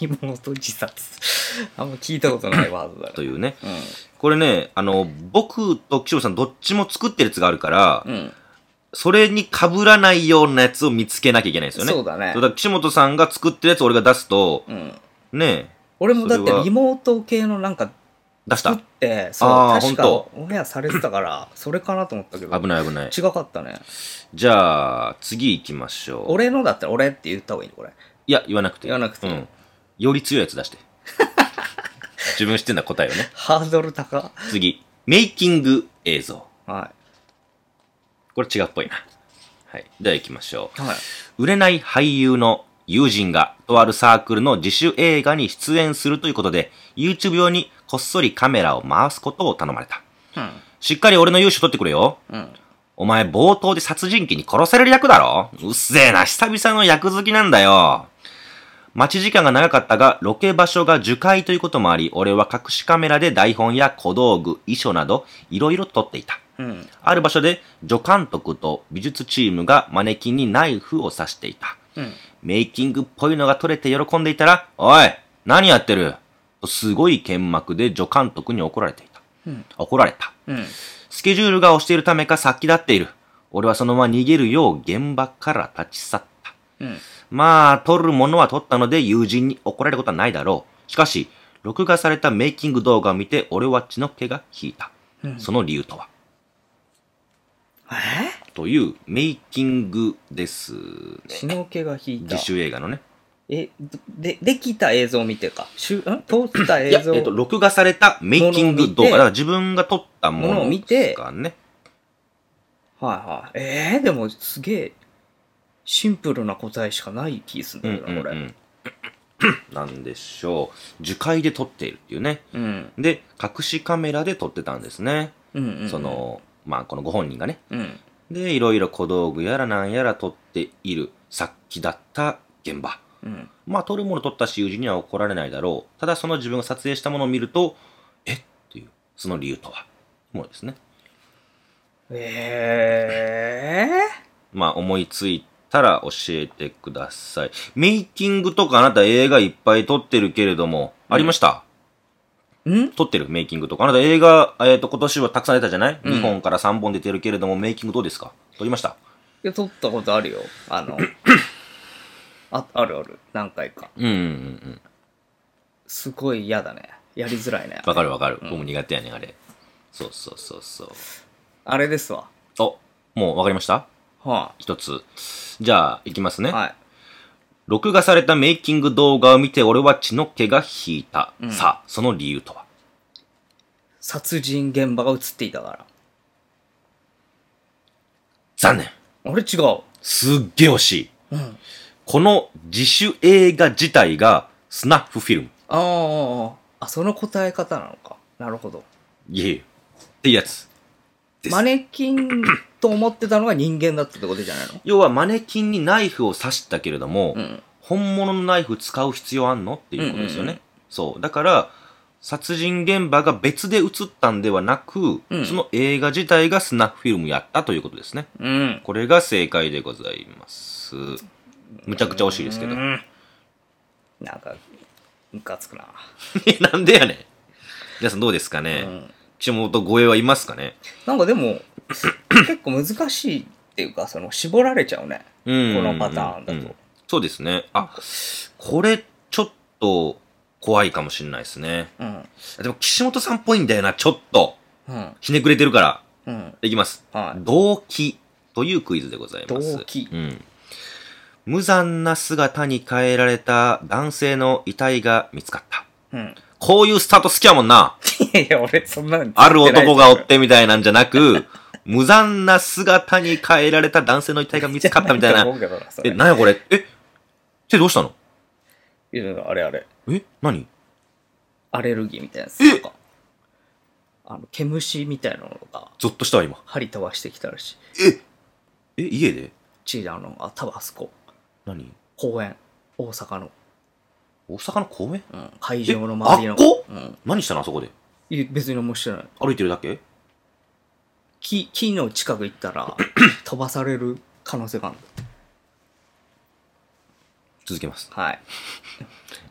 [SPEAKER 1] リモート自殺。 あんま聞いたことないワードだ
[SPEAKER 2] と
[SPEAKER 1] ね。
[SPEAKER 2] いうね。
[SPEAKER 1] う
[SPEAKER 2] これね、あの、僕と岸本さんどっちも作ってるやつがあるから、
[SPEAKER 1] ん。うん。
[SPEAKER 2] それに被らないようなやつを見つけなきゃいけないんですよね。
[SPEAKER 1] そうだね
[SPEAKER 2] だ。から岸本さんが作ってるやつを俺が出すと、
[SPEAKER 1] うん。
[SPEAKER 2] ねえ、
[SPEAKER 1] 俺もだっ
[SPEAKER 2] そ
[SPEAKER 1] て
[SPEAKER 2] れは
[SPEAKER 1] リモート系のなんか
[SPEAKER 2] 出し。
[SPEAKER 1] 作ったて、そう、
[SPEAKER 2] あー
[SPEAKER 1] 確か
[SPEAKER 2] ほ
[SPEAKER 1] オンエアされてた から、それかなと思ったけど、
[SPEAKER 2] 危ない危ない。
[SPEAKER 1] 違かったね。
[SPEAKER 2] じゃあ、次行きましょう。
[SPEAKER 1] 俺のだったら俺って言った方がいいのこれ。
[SPEAKER 2] いや、言わなくて。
[SPEAKER 1] 言わなくて
[SPEAKER 2] うん。より強いやつ 出して。自分知ってんだ答えをね。
[SPEAKER 1] ハードル高
[SPEAKER 2] 次、メイキング映像。
[SPEAKER 1] は
[SPEAKER 2] これ違うっぽいな。はい。では行きましょう。
[SPEAKER 1] い。はい。
[SPEAKER 2] 売れない俳優の友人が、とあるサークルの自主映画に出演するということで、YouTube 用にこっそりカメラを回すことを頼まれた。しっかり俺の勇姿取ってくれよ。
[SPEAKER 1] うん。うん。
[SPEAKER 2] お前冒頭で殺人鬼に殺される役だろうっせえな、久々の役好きなんだよ。待ち時間が長かったが、ロケ場所が樹海ということもあり、俺は隠しカメラで台本や小道具、衣装など、いろいろ撮っていた。
[SPEAKER 1] うん。
[SPEAKER 2] ある場所で、助監督と美術チームがマネキンにナイフを刺していた。
[SPEAKER 1] うん。
[SPEAKER 2] メイキングっぽいのが撮れて喜んでいたら、おい何やってるとすごい剣幕で助監督に怒られていた。
[SPEAKER 1] うん
[SPEAKER 2] 怒られた。
[SPEAKER 1] うん。
[SPEAKER 2] スケジュールが押しているためか先立っている。俺はそのまま逃げるよう現場から立ち去った。
[SPEAKER 1] うん。
[SPEAKER 2] まあ、撮るものは撮ったので友人に怒られることはないだろう。しかし、録画されたメイキング動画を見て俺は血の気が引いた。
[SPEAKER 1] うん
[SPEAKER 2] その理由とは
[SPEAKER 1] え
[SPEAKER 2] というメイキングですね。
[SPEAKER 1] 血の気が引いた
[SPEAKER 2] 自。主映画のね。
[SPEAKER 1] え、どで、できた映像を見てか。しゅん通った
[SPEAKER 2] いや
[SPEAKER 1] 映、像
[SPEAKER 2] えっと、録画されたメイキング動
[SPEAKER 1] ものを見て
[SPEAKER 2] 画。だから自分が撮ったも
[SPEAKER 1] ものを
[SPEAKER 2] の
[SPEAKER 1] 見て
[SPEAKER 2] ですかね。
[SPEAKER 1] はいはい。えー、でもすげえ、シンプルな答えしかない気すん
[SPEAKER 2] う
[SPEAKER 1] だ
[SPEAKER 2] ん
[SPEAKER 1] よ
[SPEAKER 2] うん
[SPEAKER 1] な、こ
[SPEAKER 2] う
[SPEAKER 1] れ。
[SPEAKER 2] ん。 なんでしょう。樹海で撮っているっていうね。
[SPEAKER 1] うん。
[SPEAKER 2] で、隠しカメラで撮ってたんですね。
[SPEAKER 1] うんうんうん。
[SPEAKER 2] そ、の、まあ、このご本人がね。
[SPEAKER 1] うん。
[SPEAKER 2] で、いろいろ小道具やらなんやら撮っている、さっきだった現場。
[SPEAKER 1] うん。
[SPEAKER 2] まあ、撮るもの撮ったし、友人には怒られないだろう。ただ、その自分が撮影したものを見ると、えっていう、その理由とは。もうですね。
[SPEAKER 1] えー、
[SPEAKER 2] まあ思いついたら教えてください。メイキングとかあなた映画いっぱい撮ってるけれども、ありました
[SPEAKER 1] ん
[SPEAKER 2] 撮ってるメイキングとか。あなた映画、えっ、と、今年はたくさん出たじゃない、
[SPEAKER 1] うん
[SPEAKER 2] ?2 本から3本出てるけれども、メイキングどうですか撮りました
[SPEAKER 1] いや、撮ったことあるよ。あ の、あ、あるある。何回か。
[SPEAKER 2] うんうんうん。
[SPEAKER 1] すごい嫌だね。やりづらいね。
[SPEAKER 2] わかるわかる。僕も苦手やねん、あれ。そうそうそうそう。
[SPEAKER 1] あれですわ。
[SPEAKER 2] お、もうわかりました
[SPEAKER 1] は
[SPEAKER 2] 一つ。じゃあ、いきますね。
[SPEAKER 1] い。はい。
[SPEAKER 2] 録画されたメイキング動画を見て俺は血の毛が引いた。
[SPEAKER 1] うん
[SPEAKER 2] さあ、その理由とは
[SPEAKER 1] 殺人現場が映っていたか
[SPEAKER 2] 残念
[SPEAKER 1] ら。あれ違う。
[SPEAKER 2] すっげえ惜しい。
[SPEAKER 1] うん。
[SPEAKER 2] この自主映画自体がスナッフフィルム。
[SPEAKER 1] あーあ、その答え方なのか。なるほど。
[SPEAKER 2] いえ。ってやつ。です
[SPEAKER 1] マネキンと思ってたのが人間だったってことじゃないの
[SPEAKER 2] 要はマネキンにナイフを刺したけれども、
[SPEAKER 1] うん。
[SPEAKER 2] 本物のナイフ使う必要あんのっていうことですよね。
[SPEAKER 1] うんうんうん
[SPEAKER 2] そう。だから、殺人現場が別で映ったんではなく、
[SPEAKER 1] うん
[SPEAKER 2] その映画自体がスナッフフィルムやったということですね。
[SPEAKER 1] うん。
[SPEAKER 2] これが正解でございます。むちゃくちゃ惜しいですけど。
[SPEAKER 1] う
[SPEAKER 2] なん
[SPEAKER 1] なんか、ムカつくな。
[SPEAKER 2] んでやねん。皆さんどうですか
[SPEAKER 1] う
[SPEAKER 2] ね、
[SPEAKER 1] ん。
[SPEAKER 2] 地元護衛はいますかね
[SPEAKER 1] なんかでも、結構難しいっていうか、その、絞られちゃうね。
[SPEAKER 2] うん
[SPEAKER 1] このパターンだと
[SPEAKER 2] うんそうですね。あ、これちょっと怖いかもしれないですね。
[SPEAKER 1] うん。
[SPEAKER 2] でも岸本さんっぽいんだよな、ちょっと。
[SPEAKER 1] うん。
[SPEAKER 2] ひねくれてるから。
[SPEAKER 1] うん。
[SPEAKER 2] いきます。
[SPEAKER 1] はい
[SPEAKER 2] 動機というクイズでございます。
[SPEAKER 1] 動機
[SPEAKER 2] うん。無残な姿に変えられた男性の遺体が見つかった。
[SPEAKER 1] うん。
[SPEAKER 2] こういうスタート好きやもんな。
[SPEAKER 1] いやいや、俺そんなの
[SPEAKER 2] ある男がおってみたいなんじゃなく、無残な姿に変えられた男性の遺体が見つかったみた
[SPEAKER 1] じ
[SPEAKER 2] い
[SPEAKER 1] ゃ
[SPEAKER 2] な。
[SPEAKER 1] と思うけどなそ
[SPEAKER 2] え、
[SPEAKER 1] れ
[SPEAKER 2] なんやこれえ手どうしたの
[SPEAKER 1] いやあれあれ。
[SPEAKER 2] え何
[SPEAKER 1] アレルギーみたいなやつとか。あの、毛虫みたいなのが、
[SPEAKER 2] ゾッとしたわ、今。
[SPEAKER 1] 針飛ばしてきたらしい。
[SPEAKER 2] ええ、家で
[SPEAKER 1] ちーあの、あ、多分あそこ。
[SPEAKER 2] 何
[SPEAKER 1] 公園。大阪の。
[SPEAKER 2] 大阪の公園
[SPEAKER 1] うん。会場の周りの。
[SPEAKER 2] えあっこ
[SPEAKER 1] うん。
[SPEAKER 2] 何したのあそこで。
[SPEAKER 1] いや別に面白い。
[SPEAKER 2] 歩いてるだけ
[SPEAKER 1] 木、木の近く行ったら、飛ばされる可能性がある。
[SPEAKER 2] 続けます。
[SPEAKER 1] はい。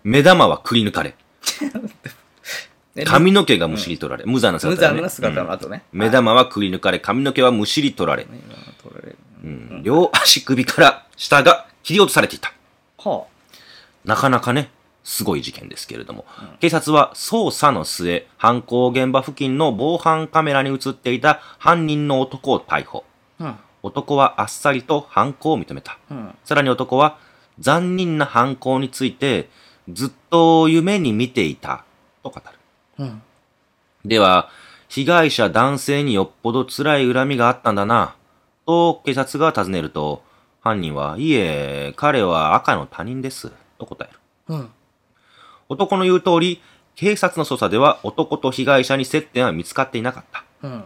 [SPEAKER 2] 目玉はくり抜かれ。
[SPEAKER 1] で
[SPEAKER 2] 髪の毛がむしり取られ。無残な
[SPEAKER 1] 無
[SPEAKER 2] 姿だね。
[SPEAKER 1] 残な姿の後ね。
[SPEAKER 2] うん目玉はくり抜かれ、髪の毛はむしり取られ。
[SPEAKER 1] はい。今の取られる
[SPEAKER 2] うん両足首から下が切り落とされていた。
[SPEAKER 1] は
[SPEAKER 2] なかなかね、すごい事件ですけれども、
[SPEAKER 1] うん
[SPEAKER 2] 警察は捜査の末、犯行現場付近の防犯カメラに映っていた犯人の男を逮捕。
[SPEAKER 1] あ。
[SPEAKER 2] 男はあっさりと犯行を認めた。
[SPEAKER 1] うん。うん。
[SPEAKER 2] さらに男は、残忍な犯行について、ずっと夢に見ていた、と語る。
[SPEAKER 1] うん。
[SPEAKER 2] では、被害者男性によっぽど辛い恨みがあったんだな、と警察が尋ねると、犯人は、いえ、彼は赤の他人です、と答える。
[SPEAKER 1] うん。
[SPEAKER 2] 男の言う通り、警察の捜査では男と被害者に接点は見つかっていなかっ
[SPEAKER 1] う
[SPEAKER 2] た。
[SPEAKER 1] ん。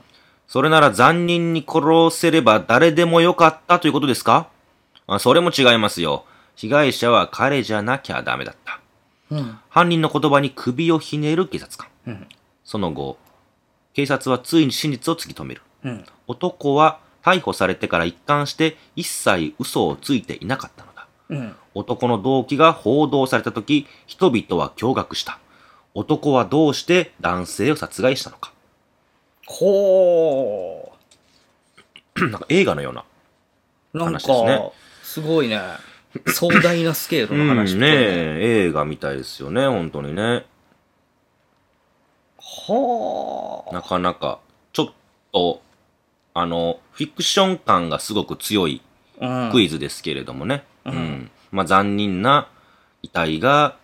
[SPEAKER 2] それなら残忍に殺せれば誰でもよかったということですかあそれも違いますよ。被害者は彼じゃなきゃダメだった。
[SPEAKER 1] うん。
[SPEAKER 2] 犯人の言葉に首をひねる警察官。
[SPEAKER 1] うん。
[SPEAKER 2] その後、警察はついに真実を突き止める。
[SPEAKER 1] うん。
[SPEAKER 2] 男は逮捕されてから一貫して一切嘘をついていなかったのだ。
[SPEAKER 1] うん。
[SPEAKER 2] 男の動機が報道された時、人々は驚愕した。男はどうして男性を殺害したのか。
[SPEAKER 1] ほ
[SPEAKER 2] なんか映画のような。
[SPEAKER 1] う。なん
[SPEAKER 2] 話ですね
[SPEAKER 1] か、すごいね。壮大なスケールの話
[SPEAKER 2] うん
[SPEAKER 1] と
[SPEAKER 2] ね
[SPEAKER 1] か
[SPEAKER 2] え映画みたいですよね、本当にね。
[SPEAKER 1] は
[SPEAKER 2] なかなか、ちょっと、あの、フィクション感がすごく強い
[SPEAKER 1] あ。うん
[SPEAKER 2] クイズですけれどもね。
[SPEAKER 1] う
[SPEAKER 2] うんん。まあ、残忍な遺体が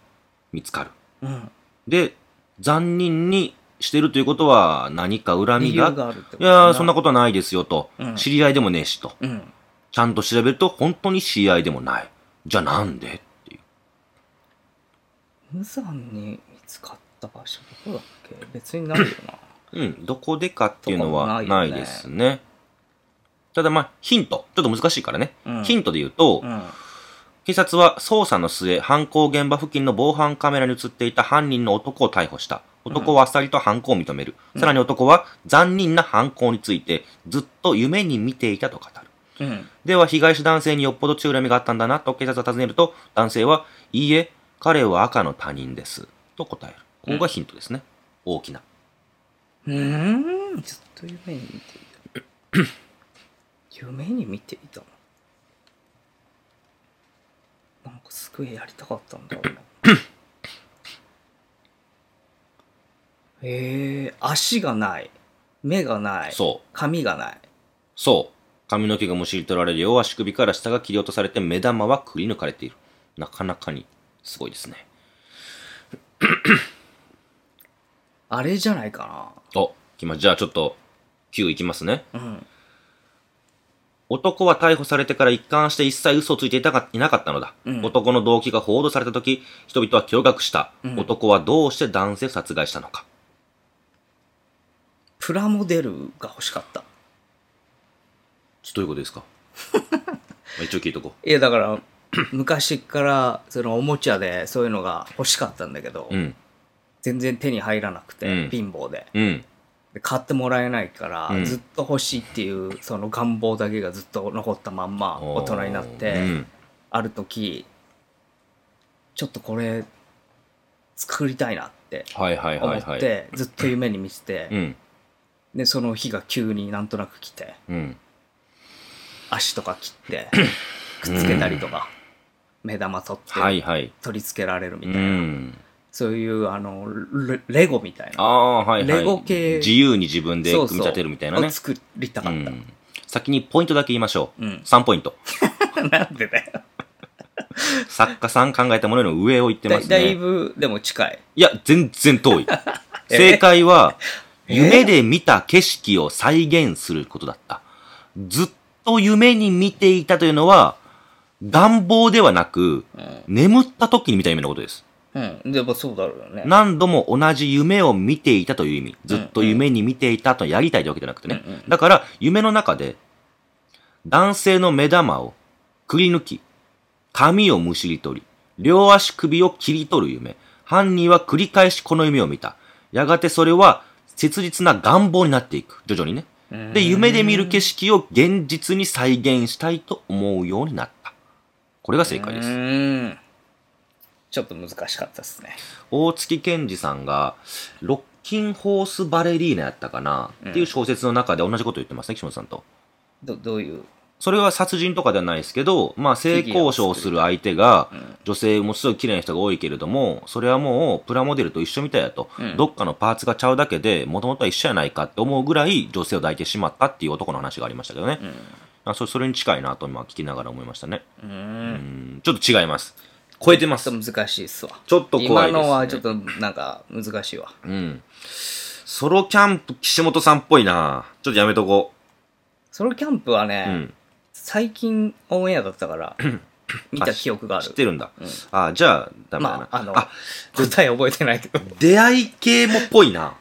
[SPEAKER 2] 見つかる。
[SPEAKER 1] うん。
[SPEAKER 2] で、残忍にしてるということは何か恨
[SPEAKER 1] 理
[SPEAKER 2] み
[SPEAKER 1] 由
[SPEAKER 2] が
[SPEAKER 1] があるってこと
[SPEAKER 2] いやー、そんなことないですよと。
[SPEAKER 1] うん
[SPEAKER 2] 知り合いでもねえしと。
[SPEAKER 1] と。うん。
[SPEAKER 2] ちゃんと調べると本当に知り合いでもない。じゃあなんでっていう。
[SPEAKER 1] 無残に見つかった場所どこだっけ別にないよな。
[SPEAKER 2] うん、どこでかっていうのは
[SPEAKER 1] とかもな
[SPEAKER 2] ないい
[SPEAKER 1] よね
[SPEAKER 2] ですね。ただまあ、ヒント。ちょっと難しいからね。
[SPEAKER 1] うん
[SPEAKER 2] ヒントで言うと、
[SPEAKER 1] うん。
[SPEAKER 2] 警察は捜査の末、犯行現場付近の防犯カメラに映っていた犯人の男を逮捕した。男はあっさりと犯行を認める。
[SPEAKER 1] うん
[SPEAKER 2] さらに男は残忍な犯行についてずっと夢に見ていたと語る。
[SPEAKER 1] うん。
[SPEAKER 2] では、被害者男性によっぽど強い恨みがあったんだなと警察が尋ねると、男性は、いいえ、彼は赤の他人です。と答える。ここがヒントですね。大きな。
[SPEAKER 1] うーん、ずっと夢に見ていた。夢に見ていたな。なんかすごいやりたかったんだろうな。えー、足がない。目がない。
[SPEAKER 2] そう。
[SPEAKER 1] 髪がない。
[SPEAKER 2] そう。髪の毛がむしり取られるよう足首から下が切り落とされて目玉はくり抜かれている。なかなかにすごいですね。
[SPEAKER 1] あれじゃないか
[SPEAKER 2] お、きま、じゃあちょっと9いきますね。
[SPEAKER 1] な。うん。
[SPEAKER 2] 男は逮捕されてから一貫して一切嘘をついていたがいなかったのだ、
[SPEAKER 1] うん
[SPEAKER 2] 男の動機が報道された時、人々は驚愕した。
[SPEAKER 1] うん
[SPEAKER 2] 男はどうして男性を殺害したのか。
[SPEAKER 1] プラモデルが欲しかった。
[SPEAKER 2] ちょどういうことで すかまあ一応聞いとこ
[SPEAKER 1] いや、だから、 昔から、そのおもちゃでそういうのが欲しかったんだけど、
[SPEAKER 2] う。うん。
[SPEAKER 1] 全然手に入らなくて、
[SPEAKER 2] うん
[SPEAKER 1] 貧乏で。
[SPEAKER 2] うん。
[SPEAKER 1] で買ってもらえないから、
[SPEAKER 2] うん
[SPEAKER 1] ずっと欲しいっていうその願望だけがずっと残ったまんま大人になっ
[SPEAKER 2] う
[SPEAKER 1] て、
[SPEAKER 2] ん。
[SPEAKER 1] ある時ちょっとこれ作りたいなって
[SPEAKER 2] はいはい
[SPEAKER 1] 思
[SPEAKER 2] はい
[SPEAKER 1] って、
[SPEAKER 2] はい。
[SPEAKER 1] ずっと夢に見てて、
[SPEAKER 2] うん。
[SPEAKER 1] でその日が急になんとなく来て
[SPEAKER 2] うん。
[SPEAKER 1] 足とか切って くっつけたりとか、目玉取って、
[SPEAKER 2] はいはい。
[SPEAKER 1] 取り付けられるみ
[SPEAKER 2] う
[SPEAKER 1] たいな、
[SPEAKER 2] ん。
[SPEAKER 1] そういうあのレレゴみたい
[SPEAKER 2] あ
[SPEAKER 1] な
[SPEAKER 2] あ、はいはい。
[SPEAKER 1] レゴ系
[SPEAKER 2] 自由に自分で
[SPEAKER 1] そう
[SPEAKER 2] 組
[SPEAKER 1] そ
[SPEAKER 2] み
[SPEAKER 1] う
[SPEAKER 2] 立てるみたいなね
[SPEAKER 1] を。作りたかった、
[SPEAKER 2] うん先にポイントだけ言いましょう。
[SPEAKER 1] うん
[SPEAKER 2] 3ポイント。
[SPEAKER 1] なんでだよ
[SPEAKER 2] 作家さん考えたものの上を言ってま
[SPEAKER 1] だ
[SPEAKER 2] すね。
[SPEAKER 1] だいぶでも近い
[SPEAKER 2] いや、全然遠い。
[SPEAKER 1] え
[SPEAKER 2] 正解は、
[SPEAKER 1] え
[SPEAKER 2] 夢で見た景色を再現することだった。ずっと夢に見ていたというのは、願望ではなく、眠った時に見た夢のことです。
[SPEAKER 1] うん、でもそうだろうよね。
[SPEAKER 2] 何度も同じ夢を見ていたという意味。ずっと夢に見ていたとやりたいというわけじゃなくてね
[SPEAKER 1] うんうん。
[SPEAKER 2] だから、夢の中で、男性の目玉をくり抜き、髪をむしり取り、両足首を切り取る夢。犯人は繰り返しこの夢を見た。やがてそれは、切実な願望になっていく。徐々にね。で、夢で見る景色を現実に再現したいと思うようになった。これが正解です
[SPEAKER 1] う。ーんちょっと難しかったですね。
[SPEAKER 2] 大月健二さんが、ロッキンホースバレリーナやったかな、
[SPEAKER 1] うん
[SPEAKER 2] っていう小説の中で同じこと言ってますね、岸本さんと。
[SPEAKER 1] どどういう、
[SPEAKER 2] それは殺人とかではないですけど、まあ性交渉する相手が
[SPEAKER 1] う、ん
[SPEAKER 2] 女性もすごい綺麗な人が多いけれども、それはもうプラモデルと一緒みたいだと、
[SPEAKER 1] うん
[SPEAKER 2] どっかのパーツがちゃうだけで、もともとは一緒やないかって思うぐらい女性を抱いてしまったっていう男の話がありましたけどね。あそそれに近いなと今聞きながら思いましたね。
[SPEAKER 1] う、
[SPEAKER 2] うんん、ちょっと違います。超えてます
[SPEAKER 1] ち。ょっと難しいっすわ。
[SPEAKER 2] ちょっと怖いです、ね。
[SPEAKER 1] 今のはちょっとなんか難しいわ。
[SPEAKER 2] うん。ソロキャンプ、岸本さんっぽいなちょっとやめとこ
[SPEAKER 1] ソロキャンプはね
[SPEAKER 2] う。、うん。
[SPEAKER 1] 最近オンエアだった から、見た記憶があ
[SPEAKER 2] 知っ
[SPEAKER 1] る。
[SPEAKER 2] てるんだ。あ、じゃあ、ダメだな。
[SPEAKER 1] まあ、あの、答え覚えてない けど。
[SPEAKER 2] 出会い系もっぽいな。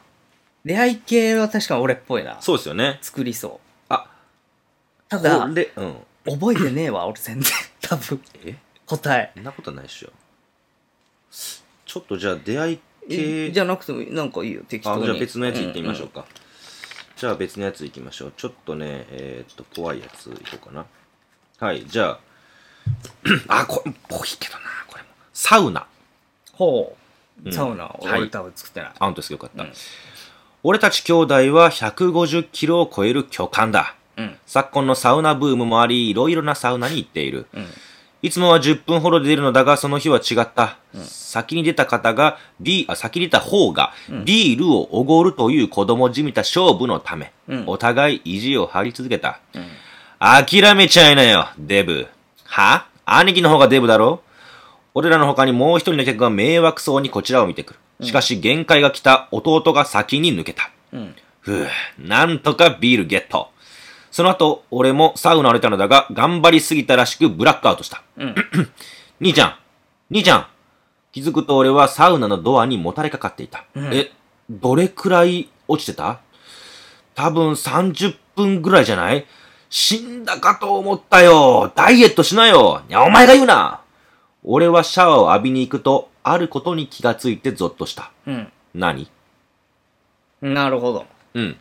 [SPEAKER 1] 出会い系は確かに俺っぽいな。
[SPEAKER 2] そうですよね。
[SPEAKER 1] 作りそう。
[SPEAKER 2] あ、
[SPEAKER 1] ただ
[SPEAKER 2] こ、れ、うん。
[SPEAKER 1] 覚えてねえわ、俺全然。 多分、
[SPEAKER 2] え
[SPEAKER 1] 答え。
[SPEAKER 2] そんなことないっしょ。ちょっとじゃあ、出会い系、
[SPEAKER 1] えじゃなくてもなんかいいよ適当
[SPEAKER 2] あ
[SPEAKER 1] に
[SPEAKER 2] じゃあ別のやつ行ってみましょう
[SPEAKER 1] か、
[SPEAKER 2] か。じゃあ別のやつ行きましょう。ちょっとね、えーっと、怖いやつ行こうかな。はい、じゃ あ、あ、こ れ、ぽいけどな、これも。サウナ。
[SPEAKER 1] ほ
[SPEAKER 2] う
[SPEAKER 1] うんサウナ、
[SPEAKER 2] は
[SPEAKER 1] 俺
[SPEAKER 2] い
[SPEAKER 1] 多分作ってない、
[SPEAKER 2] あ、本当ですかよかった。
[SPEAKER 1] うん
[SPEAKER 2] 俺たち兄弟は150キロを超える巨漢だ。
[SPEAKER 1] うん
[SPEAKER 2] 昨今のサウナブームもあり、いろいろなサウナに行っている。
[SPEAKER 1] うん
[SPEAKER 2] いつもは10分ほどで出るのだが、その日は違った。先に出た方が、ビー、あ、先に出た方が、ビールをおごるという子供じみた勝負のため、
[SPEAKER 1] うん
[SPEAKER 2] お互い意地を張り続けた。
[SPEAKER 1] うん
[SPEAKER 2] 諦めちゃいなよ、デブ。は兄貴の方がデブだろ俺らの他にもう一人の客が迷惑そうにこちらを見てくる。しかし限界が来た弟が先に抜けた。
[SPEAKER 1] うん
[SPEAKER 2] ふぅ、なんとかビールゲット。その後、俺もサウナを出たのだが、頑張りすぎたらしくブラックアウトした。
[SPEAKER 1] うん
[SPEAKER 2] 兄ちゃん兄ちゃん気づくと俺はサウナのドアにもたれかかっていた。
[SPEAKER 1] ん
[SPEAKER 2] え、どれくらい落ちてた多分30分ぐらいじゃない死んだかと思ったよダイエットしなよいや、お前が言うな俺はシャワーを浴びに行くと、あることに気がついてゾッとした。
[SPEAKER 1] うん
[SPEAKER 2] 何
[SPEAKER 1] なるほど
[SPEAKER 2] うん。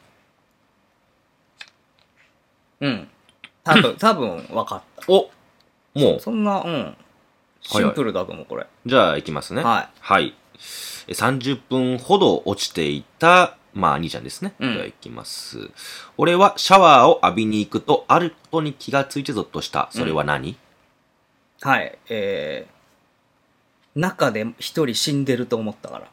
[SPEAKER 1] うん多 分、多分分かった。
[SPEAKER 2] おもう、
[SPEAKER 1] そんな、うん。シンプルだと思う、これ。
[SPEAKER 2] じゃあ行きますね。
[SPEAKER 1] は
[SPEAKER 2] はい。え30分ほど落ちていた、まあ、兄ちゃんですね。
[SPEAKER 1] うん
[SPEAKER 2] では行きます。俺はシャワーを浴びに行くと、あることに気がついてゾッとした。それは何、
[SPEAKER 1] い。はい。えー、中で一人死んでると思ったから。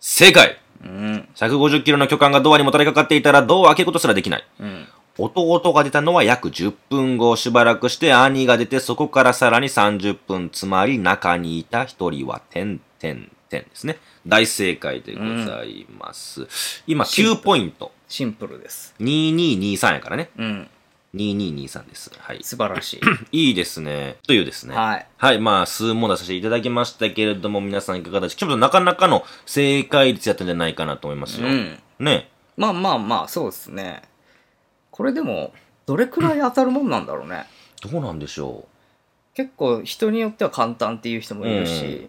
[SPEAKER 2] 正解
[SPEAKER 1] うん。
[SPEAKER 2] !150 キロの巨漢がドアにもたれかかっていたら、ドアを開けることすらできない。
[SPEAKER 1] うん。
[SPEAKER 2] 弟が出たのは約10分後、しばらくして兄が出て、そこからさらに30分、つまり中にいた一人は、点点点ですね。大正解でございます。今、9ポイント。
[SPEAKER 1] シンプルです。
[SPEAKER 2] 2223やからね。
[SPEAKER 1] うん。
[SPEAKER 2] 2223です。はい。
[SPEAKER 1] 素晴ら し
[SPEAKER 2] いいですね。というです
[SPEAKER 1] い。
[SPEAKER 2] ね。
[SPEAKER 1] はい。
[SPEAKER 2] はい。まあ、数問出させていただきましたけれども、皆さんいかがでしょうかちょっとなかなかの正解率やったんじゃないかなと思います
[SPEAKER 1] う
[SPEAKER 2] よ。
[SPEAKER 1] ん。
[SPEAKER 2] ね。
[SPEAKER 1] まあまあまあ、そうですね。これでも、どれくらい当たるもんなんだろうね。
[SPEAKER 2] どうなんでしょ
[SPEAKER 1] 結構、人によっては簡単っていう人もいるし、
[SPEAKER 2] う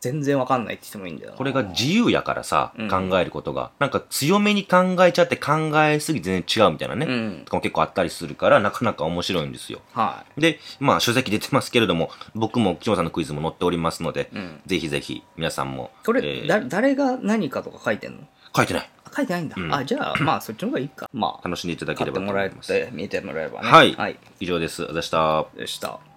[SPEAKER 1] 全然わかんないって人もいるんだよ
[SPEAKER 2] う。
[SPEAKER 1] な。
[SPEAKER 2] これが自由やからさ、
[SPEAKER 1] うん
[SPEAKER 2] 考えることが。なんか強めに考えちゃって考えすぎ全然違うみたいなね。
[SPEAKER 1] うん
[SPEAKER 2] と。かも結構あったりするから、なかなか面白いんですよ。
[SPEAKER 1] は
[SPEAKER 2] で、まあ、書籍出てますけれども、僕も岸本さんのクイズも載っておりますので、
[SPEAKER 1] い。うん。
[SPEAKER 2] ぜひぜひ、皆さんも。
[SPEAKER 1] これ、
[SPEAKER 2] えー
[SPEAKER 1] だ誰が何かとか書いてんの
[SPEAKER 2] 書いてない。
[SPEAKER 1] あ書いてないんだ。
[SPEAKER 2] うん
[SPEAKER 1] あ、じゃあ、まあ、そっちの方がいいか。まあ、
[SPEAKER 2] 楽しんでいただけ
[SPEAKER 1] 買
[SPEAKER 2] れ
[SPEAKER 1] って
[SPEAKER 2] ば
[SPEAKER 1] も
[SPEAKER 2] と思
[SPEAKER 1] ら
[SPEAKER 2] い
[SPEAKER 1] え
[SPEAKER 2] ます。
[SPEAKER 1] て、見てもらえばね。
[SPEAKER 2] はい
[SPEAKER 1] はい。
[SPEAKER 2] 以上です。ありがとうござい
[SPEAKER 1] で
[SPEAKER 2] ました。
[SPEAKER 1] した。